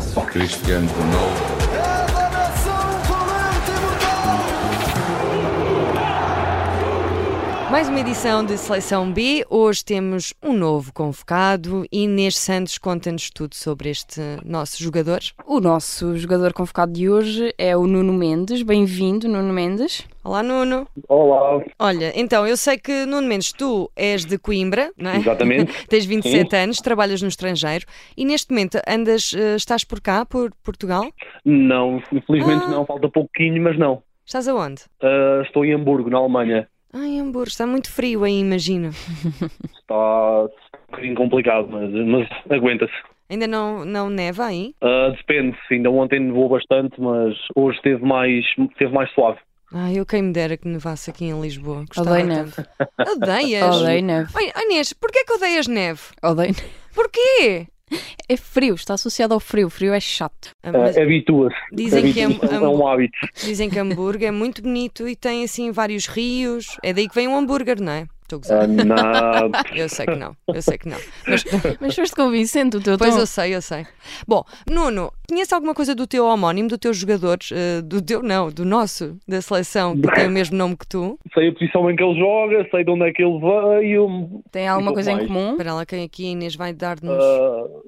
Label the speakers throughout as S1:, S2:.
S1: 13, Cristiano Ronaldo.
S2: Mais uma edição de Seleção B. Hoje temos um novo convocado. Inês Santos conta-nos tudo sobre este nosso jogador.
S3: O nosso jogador convocado de hoje é o Nuno Mendes. Bem-vindo, Nuno Mendes.
S2: Olá, Nuno.
S4: Olá,
S2: Olha, então, eu sei que, Nuno Mendes, tu és de Coimbra, não é?
S4: exatamente.
S2: Tens 27 anos, trabalhas no estrangeiro e neste momento andas, eh, estás por cá, por Portugal?
S4: Não, infelizmente
S2: Ah.
S4: não, falta pouquinho, mas não.
S2: Estás aonde?
S4: Ah, estou em Hamburgo, na Alemanha.
S2: Ah, em Hamburgo, está muito frio aí, imagino.
S4: Está um bocadinho complicado, mas, mas aguenta-se.
S2: Ainda não, não neva aí?
S4: Ah, depende, ainda ontem nevou bastante, mas hoje esteve mais, esteve mais suave.
S2: Ah, eu quem me dera que nevasse aqui em Lisboa. Gostava
S3: Odeio
S2: tanto. Odeias?
S3: Odeio neve.
S2: Oi, oh Inês, porquê que odeias neve?
S3: Odeio neve.
S2: Porquê?
S3: É frio, está associado ao frio. O frio é chato.
S2: Ah,
S4: Ah,
S2: mas
S4: Habitua-se.
S2: Dizem que é
S4: Habitua-se,
S2: um-
S4: é um hábito.
S2: dizem que Hamburgo é muito bonito e tem assim vários rios. É daí que vem o hambúrguer, não é? Estou a gozar.
S4: Ah, na-
S2: Eu sei que não, eu sei que não.
S3: Então-
S2: Mas
S3: Mas foste convincente o teu
S2: Pois
S3: tom.
S2: eu sei, eu sei. Bom, Nuno, conhece alguma coisa do teu homónimo, do teu jogador, eh, do teu não, do nosso, da seleção, que tem o mesmo nome que tu?
S4: sei a posição em que ele joga, sei de onde é que ele veio.
S3: Tem alguma
S4: Muito
S3: coisa em
S4: mais.
S3: comum?
S2: Espera lá, quem aqui a Inês vai dar-nos.
S4: ah,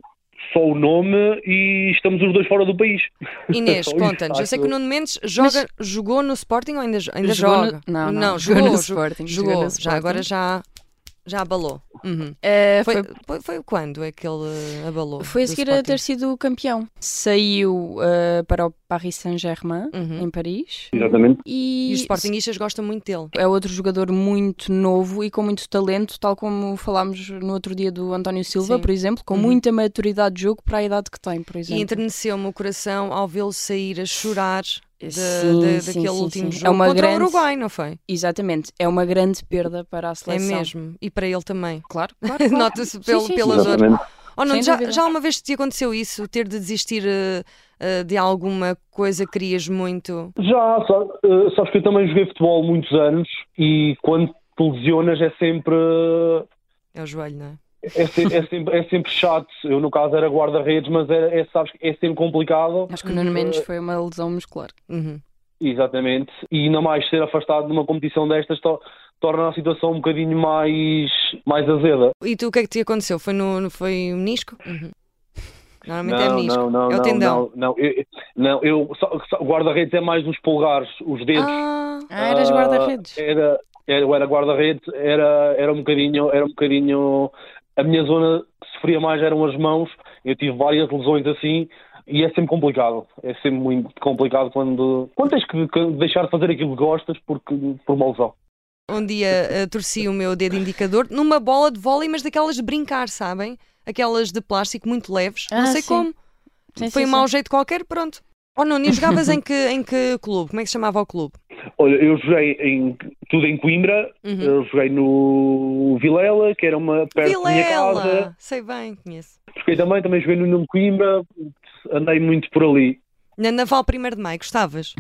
S4: só o nome e estamos os dois fora do país.
S2: Inês,
S4: só isso,
S2: conta-nos. Eu sei que o
S4: acho-
S2: Nuno Mendes joga, jogou no Sporting ou ainda, ainda
S3: Jogou no-
S2: joga?
S3: não,
S2: jogou,
S3: não, jogou no
S2: jo-
S3: Sporting,
S2: Jogou,
S3: jogou no
S2: já agora já, já abalou. Uhum.
S3: Eh,
S2: Foi,
S3: foi,
S2: foi, foi quando é que ele eh, abalou?
S3: foi a
S2: do
S3: seguir a
S2: Sporting?
S3: ter sido campeão. Saiu eh, para o Paris Saint-Germain,
S2: Uhum.
S3: em Paris.
S4: Exatamente.
S3: E,
S2: E os Sportingistas gostam muito dele.
S3: é outro jogador muito novo e com muito talento, tal como falámos no outro dia do António Silva,
S2: Sim.
S3: por exemplo, com muita maturidade de jogo para a idade que tem, por exemplo.
S2: E enterneceu-me o coração ao vê-lo sair a chorar de,
S3: Sim,
S2: de-
S3: sim,
S2: daquele
S3: sim,
S2: último
S3: sim. É
S2: jogo
S3: uma
S2: contra o
S3: grande-
S2: Uruguai, não foi?
S3: Exatamente, é uma grande perda para a
S2: É
S3: seleção.
S2: mesmo. E para ele também.
S3: Claro,
S2: Nota-se pelo-
S3: sim, sim,
S2: pela
S3: sim.
S2: dor. Oh, não,
S3: Sem
S2: já,
S3: dúvida.
S2: já uma vez te aconteceu isso? Ter de desistir eh, eh, de alguma coisa que querias muito?
S4: Já, sa- eh, sabes que eu também joguei futebol muitos anos e quando te lesionas é sempre,
S2: É o joelho, não é?
S4: é se- é sempre, é sempre, chato. Eu, no caso, era guarda-redes, mas é, é, sabes, que é sempre complicado.
S3: Acho que o Nuno Mendes foi uma lesão muscular.
S2: Uhum.
S4: Exatamente. E ainda mais ser afastado de uma competição destas to- torna a situação um bocadinho mais, mais azeda.
S2: E tu o que é que te aconteceu? Foi no, no- foi o menisco? Uhum. Normalmente é
S4: Não,
S2: menisco.
S4: não, não,
S2: é o
S4: não,
S2: tendão.
S4: não, não. Eu, eu- não, eu só- só- guarda-redes é mais nos polegares, os dedos.
S2: Ah,
S3: Ah, eras
S4: Ah,
S3: guarda-redes.
S4: era, era, eu era guarda-redes, era, era um bocadinho, era um bocadinho, a minha zona que sofria mais eram as mãos, eu tive várias lesões assim, e é sempre complicado, é sempre muito complicado quando, quando tens que que deixar de fazer aquilo que gostas porque, por uma lesão.
S2: um dia eh, torci o meu dedo indicador numa bola de vôlei, mas daquelas de brincar, sabem? Aquelas de plástico muito leves. não
S3: Ah,
S2: sei
S3: sim.
S2: como.
S3: Sim,
S2: foi
S3: sim,
S2: um mau jeito qualquer, pronto. Oh, Nuno, e jogavas em que, em que clube? Como é que se chamava o clube?
S4: Olha, eu joguei em, tudo em Coimbra,
S2: Uhum.
S4: eu joguei no Vilela, que era uma perto da minha casa,
S2: Vilela! Sei bem, conheço.
S4: joguei também, também joguei no Nuno Coimbra, andei muito por ali.
S2: Na Naval 1 de Maio, gostavas?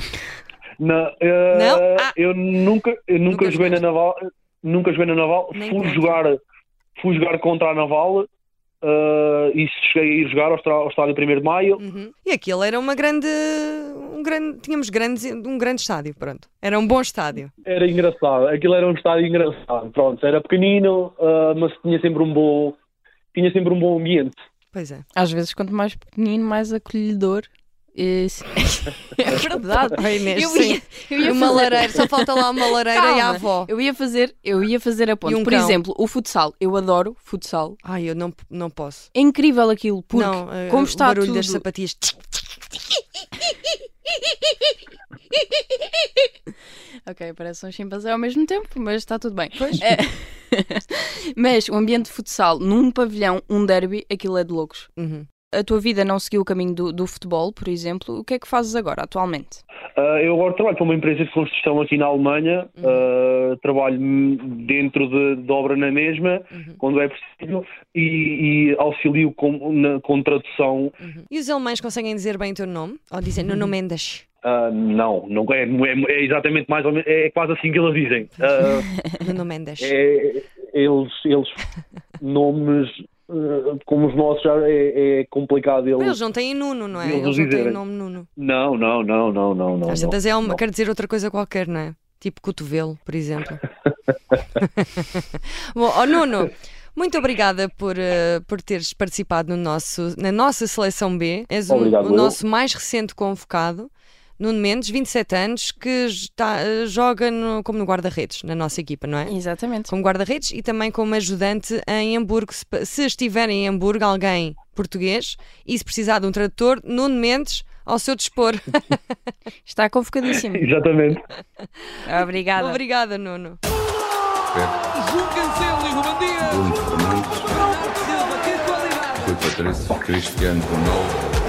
S4: Na, eh,
S2: Não? Ah.
S4: Eu nunca, eu nunca,
S2: Nunca
S4: joguei na Naval, nunca joguei na Naval,
S2: Nem
S4: fui
S2: contra.
S4: jogar, fui jogar contra a Naval eh, e cheguei a ir jogar ao, estra- ao estádio 1 de Maio.
S2: Uhum. E aquilo era uma grande. Um grande tínhamos grandes, um grande estádio, pronto. Era um bom estádio.
S4: Era engraçado, aquilo era um estádio engraçado. Pronto, era pequenino, eh, mas tinha sempre um bom, tinha sempre um bom ambiente.
S2: Pois é.
S3: Às vezes, quanto mais pequenino, mais acolhedor. E- é verdade.
S2: Ai, Inês,
S3: Eu ia, eu ia
S2: uma
S3: fazer-
S2: lareira, só falta lá uma lareira e a
S3: Calma.
S2: avó.
S3: Eu ia fazer, eu ia fazer a ponte.
S2: E um
S3: Por
S2: cão.
S3: exemplo, o futsal. Eu adoro futsal.
S2: Ai, eu não, não posso.
S3: É incrível aquilo, porque
S2: não, eh,
S3: como
S2: o
S3: está
S2: barulho
S3: tudo...
S2: das sapatilhas.
S3: Ok, parece um chimpanzé ao mesmo tempo, mas está tudo bem. É. mas o ambiente de futsal, num pavilhão, um derby, aquilo é de loucos.
S2: Uhum.
S3: A tua vida não seguiu o caminho do, do futebol, por exemplo. O que é que fazes agora, atualmente?
S4: Ah, eu agora trabalho para uma empresa de construção aqui na Alemanha,
S2: Uhum.
S4: Ah, trabalho dentro de, de obra na mesma,
S2: Uhum.
S4: quando é possível, e, e auxilio com, na, com tradução.
S2: E os alemães conseguem dizer bem o teu nome? Ou dizem Nuno Mendes?
S4: Ah, não, não é, é- é exatamente mais ou menos, é quase assim que eles dizem. Ah,
S2: Nuno Mendes.
S4: é- eles, eles nomes ah, eh, como os nossos já é, é complicado.
S2: Eles não têm Nuno, não é?
S4: Eles
S2: Eles não têm o
S4: dizerem.
S2: nome Nuno.
S4: Não, não, não, não, não, não.
S2: Às
S4: não.
S2: tantas é uma, quer dizer outra coisa qualquer, não é? Tipo cotovelo, por exemplo. Bom, ó Nuno, muito obrigada por, eh, por teres participado no nosso, na nossa seleção B. És um-
S4: Obrigado,
S2: o
S4: eu.
S2: nosso mais recente convocado, Nuno Mendes, 27 anos, que está, eh, joga no- como no guarda-redes, na nossa equipa, não é?
S3: Exatamente.
S2: como guarda-redes e também como ajudante em Hamburgo. Se, se estiver em Hamburgo alguém português e se precisar de um tradutor, Nuno Mendes ao seu dispor.
S3: Está convocadíssimo.
S4: Exatamente.
S3: Obrigada.
S2: Obrigada, Nuno.
S5: João Cancelo e Ruben Dias.
S1: Bruno Fernandes,
S5: Silva, que qualidade.
S1: Rui Patrício, Cristiano Ronaldo,